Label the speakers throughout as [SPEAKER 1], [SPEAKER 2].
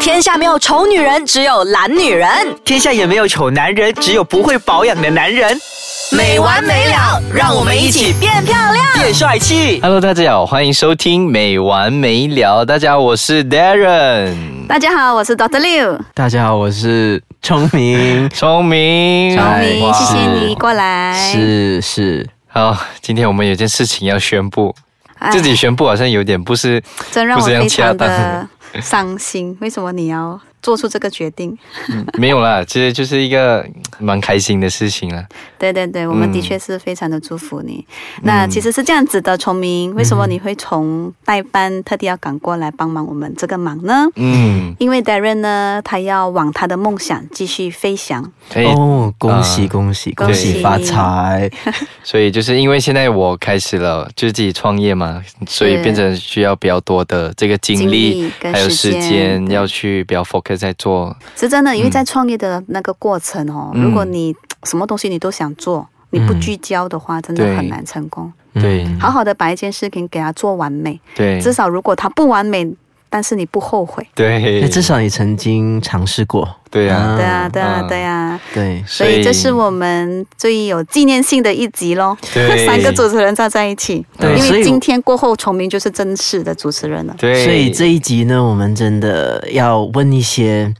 [SPEAKER 1] 天下没有丑女人，只有懒女人。
[SPEAKER 2] 天下也没有丑男人，只有不会保养的男人。
[SPEAKER 1] 没完没了，让我们一起变漂亮。
[SPEAKER 2] 变帅气。
[SPEAKER 3] Hello，大家好，欢迎收听《美完没了》。大家好，我是 Darren，。
[SPEAKER 4] 大家好，我是 Doctor Liu，
[SPEAKER 2] 大家好，我是聪明
[SPEAKER 3] 聪明，
[SPEAKER 4] 聪
[SPEAKER 2] 哎
[SPEAKER 4] 明，
[SPEAKER 2] 哇
[SPEAKER 4] 谢谢你过来。
[SPEAKER 2] 是是，
[SPEAKER 3] 好，今天我们有件事情要宣布，
[SPEAKER 4] 哎，
[SPEAKER 3] 自己宣布好像有点不 是，
[SPEAKER 4] 真让
[SPEAKER 3] 不
[SPEAKER 4] 我
[SPEAKER 3] 是这样
[SPEAKER 4] 非常
[SPEAKER 3] 恰
[SPEAKER 4] 的
[SPEAKER 3] 当
[SPEAKER 4] 伤心。为什么你要做出这个决定？
[SPEAKER 3] 没有啦，其实就是一个嗯蛮开心的事情啦。
[SPEAKER 4] 对对对，我
[SPEAKER 3] 嗯
[SPEAKER 4] 们的确是非常的祝福你。那其实是这样子的，崇明，
[SPEAKER 3] 嗯
[SPEAKER 4] 为什么你会从代班特地要赶过来帮忙我们这个忙呢？
[SPEAKER 3] 嗯，
[SPEAKER 4] 因为 Darren 呢，他要往他的梦想继续飞翔。
[SPEAKER 3] 所以、
[SPEAKER 2] 哦，恭
[SPEAKER 3] 啊
[SPEAKER 2] 喜恭喜
[SPEAKER 4] 恭
[SPEAKER 2] 恭喜
[SPEAKER 4] 喜
[SPEAKER 2] 发财！
[SPEAKER 3] 所以就是因为现在我开始了，就是自己创业嘛，所以
[SPEAKER 4] 是
[SPEAKER 3] 变成需要比较多的这个精
[SPEAKER 4] 精
[SPEAKER 3] 力
[SPEAKER 4] 力，跟
[SPEAKER 3] 还有
[SPEAKER 4] 时
[SPEAKER 3] 时
[SPEAKER 4] 间
[SPEAKER 3] 间
[SPEAKER 4] 对
[SPEAKER 3] 要去比较 focus 在做，
[SPEAKER 4] 是真的，因为在创业的那个过程哦，
[SPEAKER 3] 嗯
[SPEAKER 4] 如果你什么东西你都想做，你不
[SPEAKER 3] 嗯
[SPEAKER 4] 聚焦的话，真的
[SPEAKER 3] 对
[SPEAKER 4] 很难成功。
[SPEAKER 3] 对
[SPEAKER 4] 嗯好好的把一件事情给它做完美，
[SPEAKER 3] 对，
[SPEAKER 4] 至少如果它不完美，但是你不后悔。
[SPEAKER 3] 对，
[SPEAKER 2] 哎至少你曾经尝试过，
[SPEAKER 3] 对呀、
[SPEAKER 2] 嗯
[SPEAKER 4] 对啊，对啊
[SPEAKER 3] 嗯，
[SPEAKER 4] 对啊，
[SPEAKER 2] 对，
[SPEAKER 4] 所以这是我们最有纪念性的一集喽。
[SPEAKER 3] 对
[SPEAKER 4] 三个主持人站在一起，
[SPEAKER 3] 对
[SPEAKER 4] 因
[SPEAKER 2] 所以
[SPEAKER 4] 为今天过后，崇明就是正式的主持人了。
[SPEAKER 3] 对，，
[SPEAKER 2] 所以这一集呢，我们真的要问一些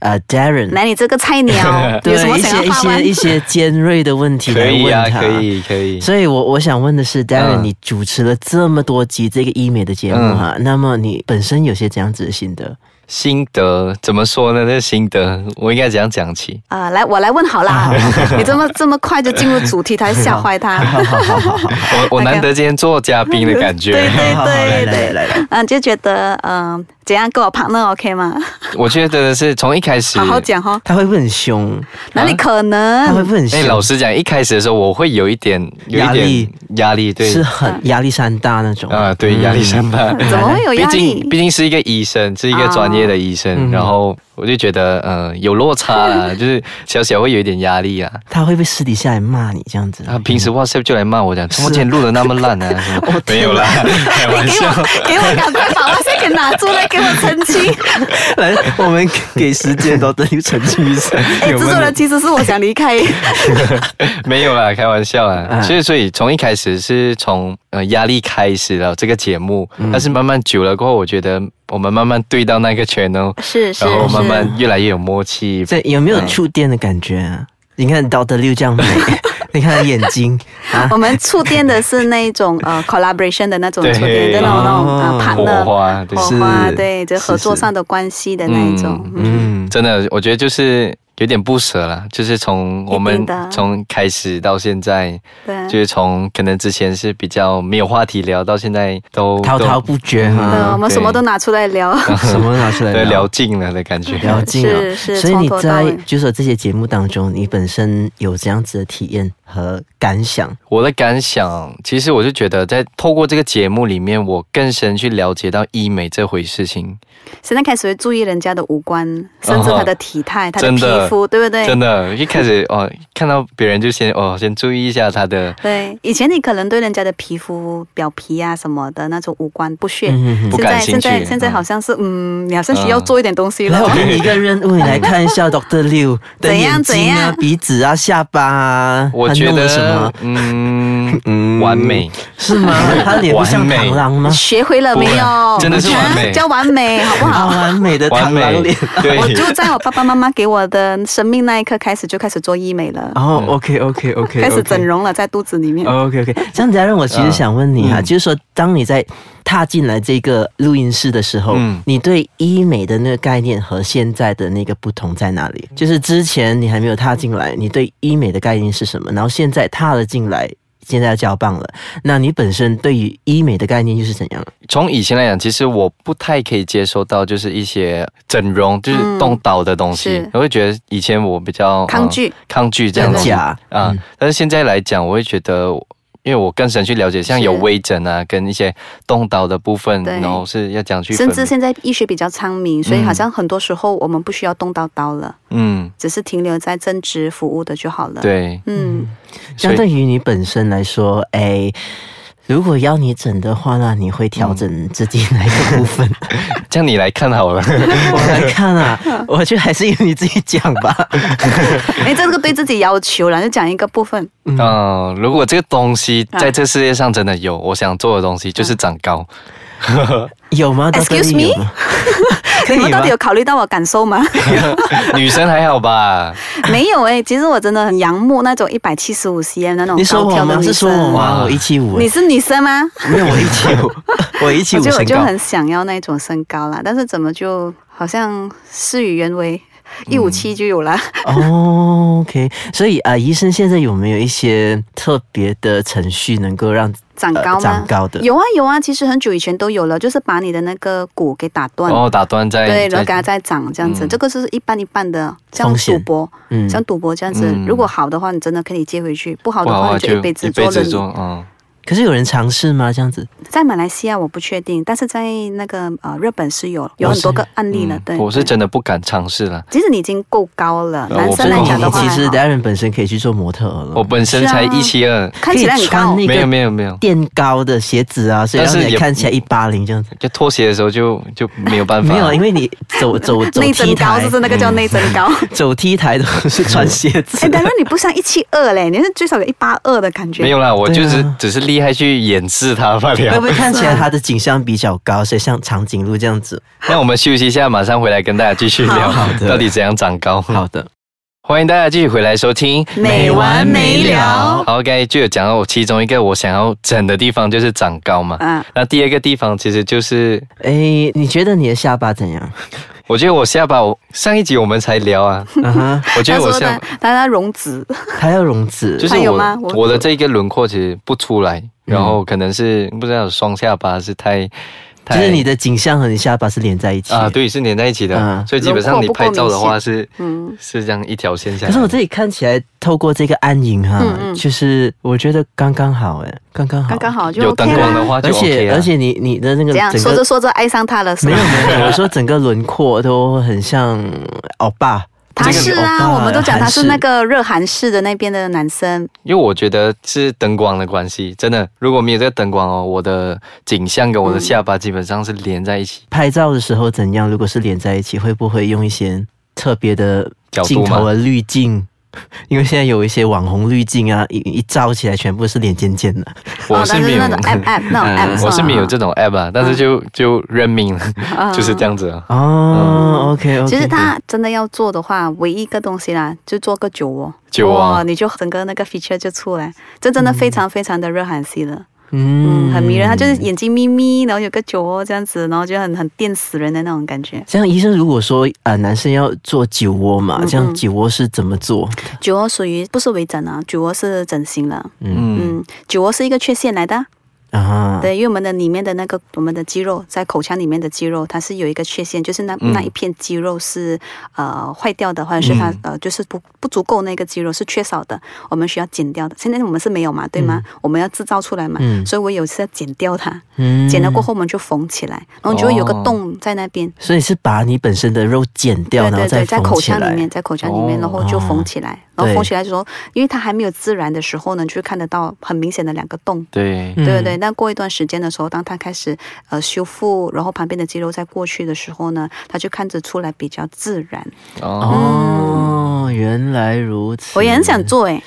[SPEAKER 2] 呃，Darren，
[SPEAKER 4] 来，你这个菜鸟 有
[SPEAKER 2] 对
[SPEAKER 4] 什么
[SPEAKER 2] 一
[SPEAKER 4] 想
[SPEAKER 2] 些一
[SPEAKER 4] 要发
[SPEAKER 2] 些一
[SPEAKER 4] 问？
[SPEAKER 2] 些尖锐的问题
[SPEAKER 3] 可
[SPEAKER 2] 来
[SPEAKER 3] 以
[SPEAKER 2] 问
[SPEAKER 3] 啊，
[SPEAKER 2] 他。
[SPEAKER 3] 可以可以，
[SPEAKER 2] 所以我，我想问的是，Darren，、
[SPEAKER 3] 嗯
[SPEAKER 2] 你主持了这么多集这个医美的节目哈、那么你本身有些怎样子的心得？
[SPEAKER 3] 心得怎么说呢？这心得我应该怎样讲起？
[SPEAKER 4] 啊、来，我来问 好啦。你这么这么快就进入主题，他吓坏他。
[SPEAKER 3] 我我难得今天做嘉宾的感
[SPEAKER 4] 对
[SPEAKER 3] 觉，
[SPEAKER 4] 对
[SPEAKER 2] 好好来
[SPEAKER 4] 对
[SPEAKER 2] 来来来
[SPEAKER 4] 对， 嗯，就觉得嗯、怎样跟我 partner OK 吗？
[SPEAKER 3] 我觉得是从一开始，
[SPEAKER 4] 好好讲哦，
[SPEAKER 2] 他会不会很凶？
[SPEAKER 4] 哪里可能？
[SPEAKER 2] 他会不会很凶？
[SPEAKER 3] 哎，老实讲，一开始的时候我会有一点有一
[SPEAKER 2] 压力
[SPEAKER 3] 点压力，对，
[SPEAKER 2] 是很压力山大那种
[SPEAKER 3] 啊，对，压力山大。
[SPEAKER 4] 怎么会有
[SPEAKER 3] 毕
[SPEAKER 4] 压力
[SPEAKER 3] 竟，？毕竟是一个医生，是一个专业的医生，
[SPEAKER 2] 哦
[SPEAKER 3] 然后我就觉得，呃，有落差啦，就是小小会有一点压力啊。
[SPEAKER 2] 他会不会私底下来骂你这样子？
[SPEAKER 3] 他平时 WhatsApp 就来骂我讲，怎么今天录的那么烂啊？什么没有啦，开玩
[SPEAKER 4] 哎给
[SPEAKER 3] 笑。
[SPEAKER 4] 我，给我赶快把我先给拿出来，给我 澄清。
[SPEAKER 2] 来，我们给时间都等你澄清一 下。
[SPEAKER 4] 哎，制作人其实是我想离开，
[SPEAKER 3] 没有啦，开玩笑啦。
[SPEAKER 2] 嗯
[SPEAKER 3] 所以，所以从一开始是从呃压力开始了这个节目，
[SPEAKER 4] 嗯
[SPEAKER 3] 但是慢慢久了过后，我觉得我们慢慢对到那个圈哦，
[SPEAKER 4] 是是
[SPEAKER 3] 然后慢
[SPEAKER 4] 是，
[SPEAKER 3] 慢越来越有默契。
[SPEAKER 2] 这有没有触电的感觉啊？你看刀的六这 样美，你看他眼睛啊，
[SPEAKER 4] 我们触电的是那种 呃 collaboration 的那种
[SPEAKER 3] 对
[SPEAKER 4] 触电，的那种那种
[SPEAKER 2] 哦
[SPEAKER 4] 呃
[SPEAKER 3] 火
[SPEAKER 4] partner
[SPEAKER 3] 花，对，
[SPEAKER 2] 是
[SPEAKER 4] 火花，对，就是合作上的关系的那一种。嗯
[SPEAKER 2] 嗯，
[SPEAKER 3] 真的，我觉得就是有点不舍啦，就是从我
[SPEAKER 4] 一
[SPEAKER 3] 们
[SPEAKER 4] 定的
[SPEAKER 3] 从开始到现在，就
[SPEAKER 4] 对。
[SPEAKER 3] 是从可能之前是比较没有话题聊，到现在都
[SPEAKER 2] 滔滔
[SPEAKER 3] 都
[SPEAKER 2] 不绝
[SPEAKER 3] 嗯
[SPEAKER 2] 哈、
[SPEAKER 4] 呃，我们什么都拿出来 聊，
[SPEAKER 2] 什么拿出来
[SPEAKER 3] 对聊尽了的感觉。
[SPEAKER 2] 了解了，
[SPEAKER 4] 是是
[SPEAKER 2] 所以
[SPEAKER 4] 从
[SPEAKER 2] 你
[SPEAKER 4] 头到
[SPEAKER 2] 在
[SPEAKER 4] 尾
[SPEAKER 2] 就是说这些节目当中，你本身有这样子的体验和感想，
[SPEAKER 3] 我的感想，其实我就觉得，在透过这个节目里面，我更深去了解到医美这回事情，
[SPEAKER 4] 现在开始会注意人家的五官，甚至他的体态、他的
[SPEAKER 3] 啊真
[SPEAKER 4] 皮
[SPEAKER 3] 的
[SPEAKER 4] 肤，对不对？
[SPEAKER 3] 真的，一开始哦，看到别人就先哦，先注意一下他的，
[SPEAKER 4] 对，以前你可能对人家的皮肤、表皮啊什么的那种五官不屑，
[SPEAKER 3] 不
[SPEAKER 4] 现
[SPEAKER 3] 感
[SPEAKER 4] 在
[SPEAKER 3] 兴
[SPEAKER 4] 现
[SPEAKER 3] 趣
[SPEAKER 4] 在现在
[SPEAKER 3] 嗯
[SPEAKER 4] 好像是嗯，你好像需要做一点东西了
[SPEAKER 3] 啊
[SPEAKER 2] 来，。我给你一个任务，你来看一下 Doctor Liu 的
[SPEAKER 4] 怎样
[SPEAKER 2] 眼睛
[SPEAKER 4] 怎
[SPEAKER 2] 啊
[SPEAKER 4] 样、
[SPEAKER 2] 鼻子啊、下巴啊，
[SPEAKER 3] 我
[SPEAKER 2] 他
[SPEAKER 3] 觉
[SPEAKER 2] 弄了什
[SPEAKER 3] 得
[SPEAKER 2] 么？
[SPEAKER 3] 嗯，
[SPEAKER 2] 嗯
[SPEAKER 3] 完美，
[SPEAKER 2] 是吗？他脸不像
[SPEAKER 3] 完美
[SPEAKER 2] 螳螂吗？
[SPEAKER 4] 学会啊了没有？
[SPEAKER 3] 真的是完 美
[SPEAKER 4] 叫完美，好不
[SPEAKER 2] 啊，
[SPEAKER 4] 好？
[SPEAKER 2] 完美的
[SPEAKER 3] 完
[SPEAKER 2] 螳
[SPEAKER 3] 美
[SPEAKER 2] 螂脸。，
[SPEAKER 4] 我
[SPEAKER 3] 对，
[SPEAKER 4] 就在我爸爸妈妈给我的生命那一刻开始，就开始做医美 了，
[SPEAKER 2] 哦，OK OK OK，
[SPEAKER 4] 开始整。容了，在肚子里面。
[SPEAKER 3] 哦
[SPEAKER 2] OK OK，这样子啊，让我其实想问你啊，
[SPEAKER 3] 嗯
[SPEAKER 2] 就是说，当你在踏进来这个录音室的时候，
[SPEAKER 3] 嗯
[SPEAKER 2] 你对医美的那个概念和现在的那个不同在哪里？就是之前你还没有踏进来，你对医美的概念是什么？然后现在踏了进来，现在要交棒了，那你本身对于医美的概念又是怎样？
[SPEAKER 3] 从以前来讲，其实我不太可以接受到就是一些整容，就是
[SPEAKER 4] 嗯
[SPEAKER 3] 动刀的东西，
[SPEAKER 4] 是
[SPEAKER 3] 我会觉得以前我比较
[SPEAKER 4] 抗
[SPEAKER 3] 呃
[SPEAKER 4] 拒
[SPEAKER 3] 抗拒这样的东西
[SPEAKER 2] 很假
[SPEAKER 3] 啊、
[SPEAKER 2] 嗯
[SPEAKER 3] 但是现在来讲，我会觉得，因为我更深去了解，像
[SPEAKER 4] 是
[SPEAKER 3] 有微整啊，跟一些动刀的部分，
[SPEAKER 4] 对
[SPEAKER 3] 然后是要讲去分
[SPEAKER 4] 甚至现在医学比较昌明，所以好像很多时候我们不需要动到刀了，
[SPEAKER 3] 嗯，
[SPEAKER 4] 只是停留在正职服务的就好了。，
[SPEAKER 3] 对，
[SPEAKER 4] 嗯，
[SPEAKER 2] 相
[SPEAKER 3] 所以
[SPEAKER 2] 对于你本身来说，哎，如果要你整的话，那你会调整
[SPEAKER 3] 嗯
[SPEAKER 2] 自己哪一个部分？
[SPEAKER 3] 这样你来看好了。
[SPEAKER 2] 我来看 啊，我觉得还是由你自己讲吧。
[SPEAKER 4] 哎，这个对自己要求了，就讲一个部分。
[SPEAKER 3] 嗯，如果这个东西在这世界上真的有，
[SPEAKER 4] 嗯
[SPEAKER 3] 我想做的东西就是长高。
[SPEAKER 2] 有吗
[SPEAKER 4] Excuse
[SPEAKER 2] 到底有吗 可
[SPEAKER 4] 你
[SPEAKER 2] 以
[SPEAKER 4] 们到
[SPEAKER 2] 吗
[SPEAKER 4] 底？有考虑到我感 受吗？
[SPEAKER 3] 女生还好 吧？
[SPEAKER 4] 没有哎、其实我真的很仰慕那种一百七十五 cm 的那
[SPEAKER 2] 你
[SPEAKER 4] 种
[SPEAKER 2] 说
[SPEAKER 4] 高
[SPEAKER 2] 我
[SPEAKER 4] 挑的
[SPEAKER 2] 吗？
[SPEAKER 4] 女
[SPEAKER 2] 是说我吗？
[SPEAKER 4] 生。
[SPEAKER 3] 哇
[SPEAKER 2] 我一七五，
[SPEAKER 4] 你是女生吗？
[SPEAKER 2] 没 有我一七 五，我一七
[SPEAKER 4] 我
[SPEAKER 2] 五
[SPEAKER 4] 就我
[SPEAKER 2] 身
[SPEAKER 4] 就
[SPEAKER 2] 高。
[SPEAKER 4] 很想要那种身高啦，但是怎么就好像事与愿违，
[SPEAKER 2] 嗯
[SPEAKER 4] 一五七就有啦。
[SPEAKER 2] 呃哦，OK，所以啊、呃医生现在有没有一些特别的程序能够让
[SPEAKER 4] 长高吗？
[SPEAKER 2] 呃长高的
[SPEAKER 4] 有啊有啊，其实很久以前都有了，就是把你的那个骨给打断，
[SPEAKER 3] 然
[SPEAKER 2] 哦
[SPEAKER 3] 后打断在
[SPEAKER 4] 对，然后给它
[SPEAKER 3] 在
[SPEAKER 4] 再长这样子，
[SPEAKER 3] 嗯
[SPEAKER 4] 这个是一半一半的，像
[SPEAKER 2] 风险
[SPEAKER 4] 赌博，
[SPEAKER 2] 嗯
[SPEAKER 4] 像赌博这样子，
[SPEAKER 3] 嗯
[SPEAKER 4] 如果好的话，你真的可以接回去；不好的
[SPEAKER 3] 哇
[SPEAKER 4] 话，
[SPEAKER 3] 哇
[SPEAKER 4] 哦你就
[SPEAKER 3] 就
[SPEAKER 4] 一辈子
[SPEAKER 3] 一
[SPEAKER 4] 坐
[SPEAKER 3] 辈
[SPEAKER 4] 轮
[SPEAKER 3] 子
[SPEAKER 4] 椅。
[SPEAKER 3] 做，嗯，
[SPEAKER 2] 可是有人尝试吗？这样子，
[SPEAKER 4] 在马来西亚我不确定，但是在那个呃日本是有有很多个案例了。
[SPEAKER 3] 嗯
[SPEAKER 4] 对，
[SPEAKER 3] 我是
[SPEAKER 4] 对
[SPEAKER 3] 真的不敢尝试了。
[SPEAKER 4] 即使你已经够高了，
[SPEAKER 3] 呃
[SPEAKER 4] 男
[SPEAKER 3] 我
[SPEAKER 4] 生
[SPEAKER 3] 不
[SPEAKER 4] 来
[SPEAKER 3] 够
[SPEAKER 4] 讲的
[SPEAKER 2] 你
[SPEAKER 4] 话
[SPEAKER 2] 其实
[SPEAKER 4] 还好
[SPEAKER 2] Darren 本身可以去做模特儿了，
[SPEAKER 3] 我本身才
[SPEAKER 4] 是啊
[SPEAKER 3] 一七二，
[SPEAKER 4] 看起来
[SPEAKER 2] 可以
[SPEAKER 4] 很
[SPEAKER 2] 穿
[SPEAKER 4] 高
[SPEAKER 2] 那。个
[SPEAKER 3] 没有没有没有，
[SPEAKER 2] 垫高的鞋子啊，所以
[SPEAKER 3] 但
[SPEAKER 2] 让
[SPEAKER 3] 是
[SPEAKER 2] 你
[SPEAKER 3] 也
[SPEAKER 2] 看起来一八零这样子。
[SPEAKER 3] 就脱鞋的时候就就没有啊办法。
[SPEAKER 2] 没有，啊因为你走走走
[SPEAKER 4] 内
[SPEAKER 2] 梯
[SPEAKER 4] 增高
[SPEAKER 2] 台
[SPEAKER 4] 是， 不是那个
[SPEAKER 3] 嗯
[SPEAKER 4] 叫内增 高？
[SPEAKER 2] 走 T 台都是穿鞋子
[SPEAKER 4] 哎，等等，你不像一七二嘞，你是最少有一八二的感觉。
[SPEAKER 3] 没有啦，我
[SPEAKER 2] 对
[SPEAKER 3] 就
[SPEAKER 2] 啊
[SPEAKER 3] 只、只是厉害去掩饰它罢
[SPEAKER 2] 会不
[SPEAKER 3] 了。
[SPEAKER 2] 会看起来他的颈项比较高，所以像长颈鹿这样子？
[SPEAKER 3] 那我们休息一下，马上回来跟大家继续聊
[SPEAKER 2] 好的
[SPEAKER 3] 到底怎样长高。
[SPEAKER 2] 好的，
[SPEAKER 3] 欢迎大家继续回来收听。
[SPEAKER 4] 没完没了。
[SPEAKER 3] 好，刚才就有讲到我其中一个我想要整的地方就是长高嘛。
[SPEAKER 4] 啊，
[SPEAKER 3] 那第二个地方其实就是，
[SPEAKER 2] 哎，你觉得你的下巴怎样？
[SPEAKER 3] 我觉得我下巴，我上一集我们才聊 啊，
[SPEAKER 4] 嗯
[SPEAKER 2] 啊哈，
[SPEAKER 3] 我觉
[SPEAKER 4] 他
[SPEAKER 3] 得我
[SPEAKER 4] 说
[SPEAKER 3] 下
[SPEAKER 4] 的
[SPEAKER 3] 巴
[SPEAKER 4] 他他溶脂，
[SPEAKER 2] 还要溶脂，
[SPEAKER 3] 就是
[SPEAKER 4] 还有
[SPEAKER 3] 我
[SPEAKER 4] 吗我
[SPEAKER 3] 我的这个轮廓其实不出来，然后可能是不知道双下巴是太，
[SPEAKER 2] 嗯就
[SPEAKER 3] 太
[SPEAKER 2] 是你的颈项和你下巴是连在一起
[SPEAKER 3] 啊，。对，是连在一起的，
[SPEAKER 2] 嗯
[SPEAKER 3] 所以基本上你拍照的话是
[SPEAKER 4] 嗯，
[SPEAKER 3] 是这样一条线下来。
[SPEAKER 2] 可是我这里看起来，透过这个暗影哈，
[SPEAKER 4] 嗯嗯
[SPEAKER 2] 就是我觉得刚刚好哎，刚刚好，
[SPEAKER 4] 刚刚好就
[SPEAKER 3] 哦有
[SPEAKER 4] OK
[SPEAKER 3] 灯
[SPEAKER 4] 啦
[SPEAKER 3] 光的话就
[SPEAKER 2] 而
[SPEAKER 3] OK 啊
[SPEAKER 2] 且
[SPEAKER 3] 了。
[SPEAKER 2] 而且你你的那个
[SPEAKER 4] 怎样
[SPEAKER 2] 整
[SPEAKER 4] 说
[SPEAKER 2] 个
[SPEAKER 4] 着说着爱上他了是
[SPEAKER 2] 没
[SPEAKER 4] 吗
[SPEAKER 2] 有？没有，我说整个轮廓都很像欧巴。
[SPEAKER 4] 他是
[SPEAKER 2] 这个欧
[SPEAKER 4] 啊，
[SPEAKER 2] 巴
[SPEAKER 3] 哦
[SPEAKER 4] 我们都讲他是
[SPEAKER 2] 韩式
[SPEAKER 4] 那个热韩式的那边的男生，
[SPEAKER 3] 因为我觉得是灯光的关系，真的，如果没有这个灯光哦，我的颈项跟我的下巴基本上是连在一起。
[SPEAKER 2] 拍照的时候怎样？如果是连在一起，会不会用一些特别的
[SPEAKER 3] 角度
[SPEAKER 2] 镜
[SPEAKER 3] 吗
[SPEAKER 2] 头的滤镜？ 因为现在有一些网红滤镜啊，一一照起来全部是脸尖尖的。
[SPEAKER 3] 我
[SPEAKER 4] 哦
[SPEAKER 3] 是
[SPEAKER 4] 但
[SPEAKER 3] 没
[SPEAKER 4] 是
[SPEAKER 3] 有，
[SPEAKER 4] 那种 app app 那种 app，
[SPEAKER 2] 嗯
[SPEAKER 4] 吧
[SPEAKER 3] 我是没有这种 app 啊，但是就就认命了，就是这样子啊。
[SPEAKER 2] 哦、o k OK。
[SPEAKER 4] 其实他真的要做的话，唯一一个东西啦，就做个酒窝，
[SPEAKER 3] 酒窝
[SPEAKER 4] 哇你就整个那个 feature 就出来，这真的非常非常的热韩系了，
[SPEAKER 2] 嗯
[SPEAKER 4] 嗯，很迷人。他就是眼睛眯眯，然后有个酒窝这样子，然后就很很电死人的那种感觉。
[SPEAKER 2] 像医生如果说啊、呃男生要做酒窝嘛，
[SPEAKER 4] 嗯
[SPEAKER 2] 这样酒窝是怎么做？
[SPEAKER 4] 酒窝属于不是微整啊，酒窝是整形了，
[SPEAKER 3] 嗯，
[SPEAKER 4] 嗯，酒窝是一个缺陷来的啊，
[SPEAKER 2] 啊，
[SPEAKER 4] 对，因为我们的里面的那个我们的肌肉在口腔里面的肌肉，它是有一个缺陷，就是那、
[SPEAKER 3] 嗯
[SPEAKER 4] 那一片肌肉是呃坏掉的，或者是它、
[SPEAKER 2] 嗯
[SPEAKER 4] 呃就是不不足够那个肌肉是缺少的，我们需要剪掉的。现在我们是没有嘛，对吗？我们要制造出来嘛，
[SPEAKER 2] 嗯
[SPEAKER 4] 所以我有时要剪掉它，
[SPEAKER 2] 嗯
[SPEAKER 4] 剪了过，后我们就缝起来，然后就会有个
[SPEAKER 3] 哦
[SPEAKER 4] 洞在那边。
[SPEAKER 2] 所以是把你本身的肉剪掉，
[SPEAKER 4] 对
[SPEAKER 2] 然
[SPEAKER 4] 对对，
[SPEAKER 2] 后
[SPEAKER 4] 在
[SPEAKER 2] 再缝
[SPEAKER 4] 口
[SPEAKER 2] 起
[SPEAKER 4] 腔
[SPEAKER 2] 来
[SPEAKER 4] 里。面，在口腔里面，
[SPEAKER 3] 哦
[SPEAKER 4] 然后就缝起来，然后
[SPEAKER 2] 对
[SPEAKER 4] 缝起来的时候，因为它还没有自然的时候呢，就会看得到很明显的两个洞。
[SPEAKER 3] 对，
[SPEAKER 2] 嗯
[SPEAKER 4] 对对对，那过一段时间的时候，当他开始呃修复，然后旁边的肌肉再过去的时候呢，他就看着出来比较自然。
[SPEAKER 2] 嗯
[SPEAKER 3] 哦，
[SPEAKER 4] 嗯
[SPEAKER 2] 哦，原来如此。
[SPEAKER 4] 我也很想做哎、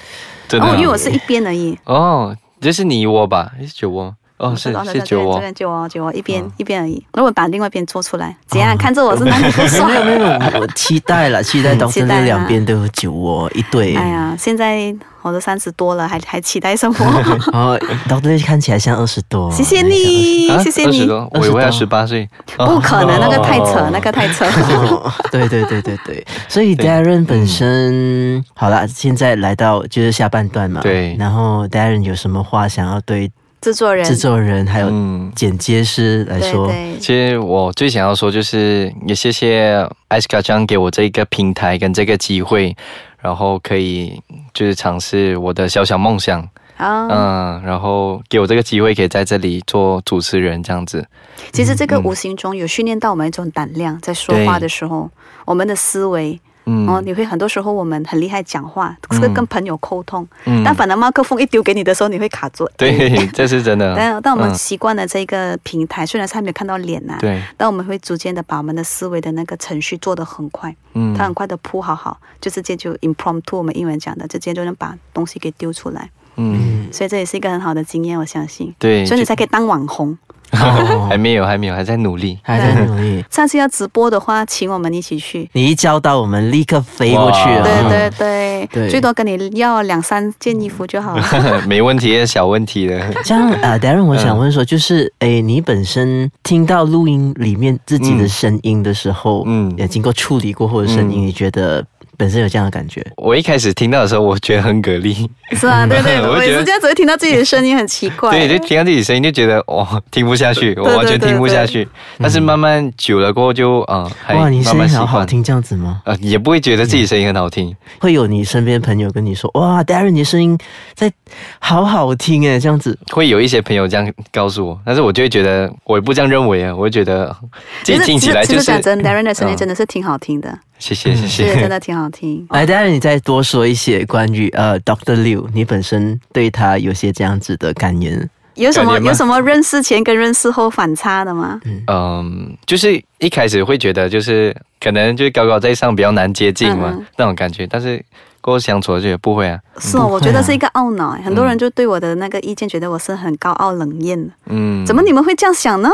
[SPEAKER 3] 真的
[SPEAKER 4] 然
[SPEAKER 3] 啊
[SPEAKER 4] 后、因为我是一边而已，
[SPEAKER 3] 哦，这是你窝吧？诶是酒窝吗？哦，
[SPEAKER 4] 这
[SPEAKER 3] 是
[SPEAKER 4] 个
[SPEAKER 3] 是酒
[SPEAKER 4] 这
[SPEAKER 3] 窝。
[SPEAKER 4] 边就我哦就我一
[SPEAKER 2] 嗯
[SPEAKER 4] 边、一边而已。然后我把另外一边做出来，怎样？看着我是哪里不
[SPEAKER 2] 哦没有
[SPEAKER 4] 爽？
[SPEAKER 2] 没有，我我期待 了，期待到真的两边都有酒窝一对。
[SPEAKER 4] 啊哎呀，现在我都三十多了，还还期待什么？
[SPEAKER 2] 哦，到这看起来像二十多。
[SPEAKER 4] 谢谢你，
[SPEAKER 2] 啊
[SPEAKER 4] 谢谢
[SPEAKER 3] 20
[SPEAKER 4] 你。
[SPEAKER 3] 多，哦我以为要啊十八岁。
[SPEAKER 4] 不可能，那个太扯，那个太扯。
[SPEAKER 2] 哦。对对对对对，所以
[SPEAKER 3] 嗯
[SPEAKER 2] Darren 本身、好啦，现在来到就是下半段嘛。
[SPEAKER 3] 对
[SPEAKER 2] 然后 Darren 有什么话想要对
[SPEAKER 4] 制作人，
[SPEAKER 2] 制作人还有
[SPEAKER 3] 嗯，
[SPEAKER 2] 剪接师来
[SPEAKER 4] 对
[SPEAKER 2] 说？
[SPEAKER 4] 对，
[SPEAKER 3] 其实我最想要说就是也谢谢 Ice k a 酱给我这个平台跟这个机会，然后可以就是尝试我的小小梦想，
[SPEAKER 4] 啊。
[SPEAKER 3] 嗯，然后给我这个机会可以在这里做主持人这样子，
[SPEAKER 4] 其实这个
[SPEAKER 3] 嗯
[SPEAKER 4] 无形中有训练到我们一种胆量，在说话的时候，我们的思维，
[SPEAKER 3] 嗯
[SPEAKER 4] 哦，你会很多时候我们很厉害讲话，这个跟朋友沟通，
[SPEAKER 3] 嗯
[SPEAKER 4] 但反而麦克风一丢给你的时候，你会卡住。哎
[SPEAKER 3] 对，这是真的。
[SPEAKER 4] 但但我们
[SPEAKER 3] 嗯
[SPEAKER 4] 习惯了这个平台，虽然是还没有看到脸呐、
[SPEAKER 3] 对，
[SPEAKER 4] 但我们会逐渐的把我们的思维的那个程序做得很快，
[SPEAKER 3] 嗯
[SPEAKER 4] 它很快的铺好好，就直接就 impromptu，我们英文讲的，直接就能把东西给丢出来。
[SPEAKER 3] 嗯，
[SPEAKER 4] 所以这也是一个很好的经验，我相信。
[SPEAKER 3] 对，
[SPEAKER 4] 所以你
[SPEAKER 3] 就
[SPEAKER 4] 才可以当网红。
[SPEAKER 2] 哦
[SPEAKER 3] 还没有，还没有，还在努力。
[SPEAKER 2] 还在努力。
[SPEAKER 4] 上次要直播的话，请我们一起去。
[SPEAKER 2] 你一教导我们，立刻飞过去了。
[SPEAKER 3] 哇
[SPEAKER 4] 对对
[SPEAKER 2] 嗯
[SPEAKER 4] 对，
[SPEAKER 2] 对
[SPEAKER 4] 最多跟你要两三件衣服就好了。
[SPEAKER 3] 没问题，小问题的。
[SPEAKER 2] 这样啊，d a r r n 我
[SPEAKER 3] 嗯
[SPEAKER 2] 想问说，就是诶，你本身听到录音里面自己的声音的时候，嗯
[SPEAKER 3] 嗯，
[SPEAKER 2] 也经过处理过后的声音，你觉得本身有这样的感觉？
[SPEAKER 3] 我一开始听到的时候，我觉得很给力，
[SPEAKER 4] 是啊，对对，
[SPEAKER 3] 我
[SPEAKER 4] 我
[SPEAKER 3] 觉
[SPEAKER 4] 也
[SPEAKER 3] 得
[SPEAKER 4] 是这样子，会听到自己的声音很奇怪。
[SPEAKER 3] 对，就听到自己声音就觉得哇，听不下去，我
[SPEAKER 4] 对
[SPEAKER 3] 完全
[SPEAKER 4] 对
[SPEAKER 3] 听不下
[SPEAKER 4] 对
[SPEAKER 3] 去。但是慢慢久了过后就，啊，还
[SPEAKER 2] 哇，你
[SPEAKER 3] 慢
[SPEAKER 2] 声
[SPEAKER 3] 慢
[SPEAKER 2] 音
[SPEAKER 3] 习
[SPEAKER 2] 好好
[SPEAKER 3] 惯。
[SPEAKER 2] 听，这样子吗？
[SPEAKER 3] 呃，也不会觉得自己声音很好听，
[SPEAKER 2] 会有你身边朋友跟你说，哇 d a r r n 你的声音在好好听诶，这样子，
[SPEAKER 3] 会有一些朋友这样告诉我，但是我就会觉得我也不这样认为啊，我会觉得自
[SPEAKER 4] 其
[SPEAKER 3] 己
[SPEAKER 4] 实
[SPEAKER 3] 听
[SPEAKER 4] 其
[SPEAKER 3] 起
[SPEAKER 4] 实
[SPEAKER 3] 来
[SPEAKER 4] 其
[SPEAKER 3] 就
[SPEAKER 4] 实
[SPEAKER 3] 是
[SPEAKER 4] 讲真，Darren 的声音
[SPEAKER 3] 嗯
[SPEAKER 4] 真的是挺好听的，
[SPEAKER 3] 谢谢谢
[SPEAKER 4] 是真
[SPEAKER 3] 谢。
[SPEAKER 4] 的挺好听。
[SPEAKER 2] 来 d a r r n 哎你再多说一些关于呃 Doctor Liu，你本身对他有些这样子的感言。
[SPEAKER 4] 有什么
[SPEAKER 3] 感觉吗
[SPEAKER 4] 有什么认识前跟认识后反差的吗？
[SPEAKER 3] 嗯，就是一开始会觉得就是可能就是高高在上比较难接近嘛、
[SPEAKER 4] 嗯嗯
[SPEAKER 3] 那种感觉，但是跟我相处了就也不会啊，嗯
[SPEAKER 4] 是哦，
[SPEAKER 2] 不会啊
[SPEAKER 4] 我觉得是一个懊恼，欸很多人就对我的那个意见觉得我是很高傲冷艳的，
[SPEAKER 3] 嗯，
[SPEAKER 4] 怎么你们会这样 想呢？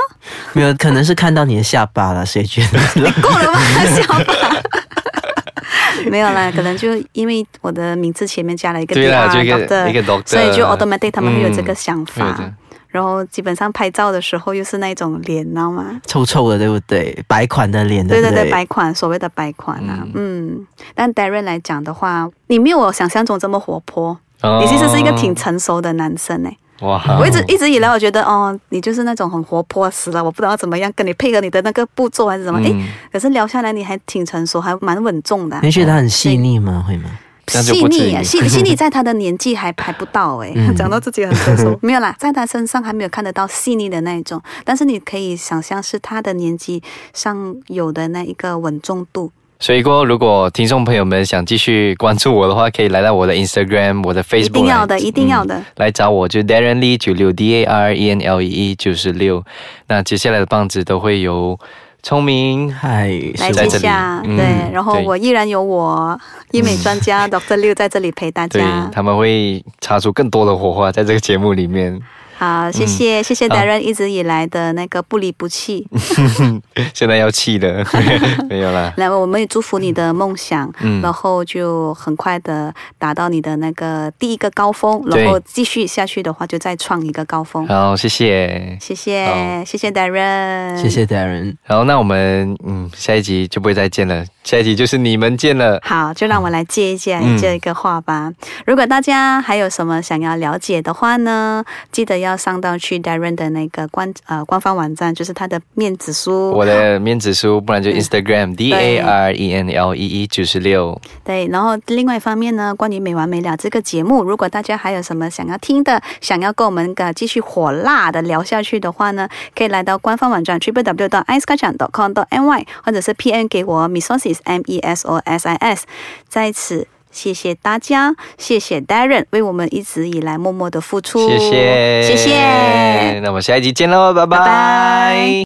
[SPEAKER 2] 没有，可能是看到你的下巴了，谁觉得？
[SPEAKER 4] 够了吧， 笑吧。 没有啦，可能就因为我的名字前面加了一个 D
[SPEAKER 3] 对啦
[SPEAKER 4] R
[SPEAKER 3] 就一个一个 doctor
[SPEAKER 4] 所以就 automatic 他们会有这个
[SPEAKER 3] 嗯
[SPEAKER 4] 想
[SPEAKER 3] 会有
[SPEAKER 4] 法。
[SPEAKER 3] 这样
[SPEAKER 4] 然后基本上拍照的时候又是那种脸，你知道吗？
[SPEAKER 2] 臭臭的，对不对？白款的脸，
[SPEAKER 4] 对
[SPEAKER 2] 不
[SPEAKER 4] 对对，白款所谓的白款啊，嗯。但 Darren 来讲的话，你没有我想象中这么活泼，
[SPEAKER 3] 哦
[SPEAKER 4] 你其实是一个挺成熟的男生哎、
[SPEAKER 3] 哇
[SPEAKER 4] 我一直一直以来我觉得哦，你就是那种很活泼死了，我不知道怎么样跟你配合你的那个步骤还是什么，哎、
[SPEAKER 3] 嗯
[SPEAKER 4] 可是聊下来你还挺成熟，还蛮稳重的啊、
[SPEAKER 2] 你觉得他很细腻吗？会吗？
[SPEAKER 3] 那就
[SPEAKER 4] 细
[SPEAKER 3] 不至
[SPEAKER 4] 腻啊，
[SPEAKER 3] 于嗯
[SPEAKER 4] 细细腻，在他的年纪还还不到哎、 讲到自己很 成熟，没有啦，在他身上还没有看得到细腻的那一种，但是你可以想象是他的年纪上有的那一个稳重度。
[SPEAKER 3] 所以过后，如果听众朋友们想继续关注我的话，可以来到我的 Instagram、我的 Facebook，
[SPEAKER 4] 一定要的
[SPEAKER 3] 来嗯
[SPEAKER 4] 一定要的
[SPEAKER 3] 来找我，就 Darren Lee 九六 D A R E N L E E 九十六。那接下来的棒子都会由聪明
[SPEAKER 2] 嗨，
[SPEAKER 4] 来
[SPEAKER 2] 是我
[SPEAKER 3] 在
[SPEAKER 4] 接
[SPEAKER 3] 这里
[SPEAKER 4] 下，
[SPEAKER 3] 嗯
[SPEAKER 4] 对，然后
[SPEAKER 3] 对
[SPEAKER 4] 我依然有我医美专 家 Dr. Liu 在这里陪大
[SPEAKER 3] 对
[SPEAKER 4] 家。
[SPEAKER 3] 他们会擦出更多的火花在这个节目里面。
[SPEAKER 4] 好，谢谢、谢谢
[SPEAKER 3] 嗯好
[SPEAKER 4] Darren 一直以来的那个不离不 弃。
[SPEAKER 3] 现在要气的 没有啦，
[SPEAKER 4] 来，我们也祝福你的梦想，
[SPEAKER 3] 嗯
[SPEAKER 4] 然后就很快的达到你的那个第一个高峰，
[SPEAKER 3] 对
[SPEAKER 4] 然后继续下去的话，就再创一个高峰。
[SPEAKER 3] 嗯好，谢谢。
[SPEAKER 4] 谢谢，
[SPEAKER 3] 好
[SPEAKER 4] 谢谢 Darren，
[SPEAKER 2] 谢。谢 Darren，
[SPEAKER 3] 然后那我们嗯，下一集就不会再见了，下一集就是你们见了。
[SPEAKER 4] 好，就让我来接一下
[SPEAKER 3] 嗯
[SPEAKER 4] 这个话吧。如果大家还有什么想要了解的话呢，记得要上到去 Darren 的那个官呃官方网站，就是他的面子书。
[SPEAKER 3] 我的面子书，不然就 Instagram D A R E N L E E 九十六。
[SPEAKER 4] 对，然后另外一方面呢，关于没完没了这个节目，如果大家还有什么想要听的，想要跟我们呃继续火辣的聊下去的话呢，可以来到官方网站 triple w 到 i c e k a c h a n g com my，或者是 PM 给我 resources m e s o s i s，在此。谢谢大家，谢谢 Darren 为我们一直以来默默的付出，
[SPEAKER 3] 谢谢，
[SPEAKER 4] 谢谢。
[SPEAKER 3] 那我们下一集见喽，拜
[SPEAKER 4] 拜拜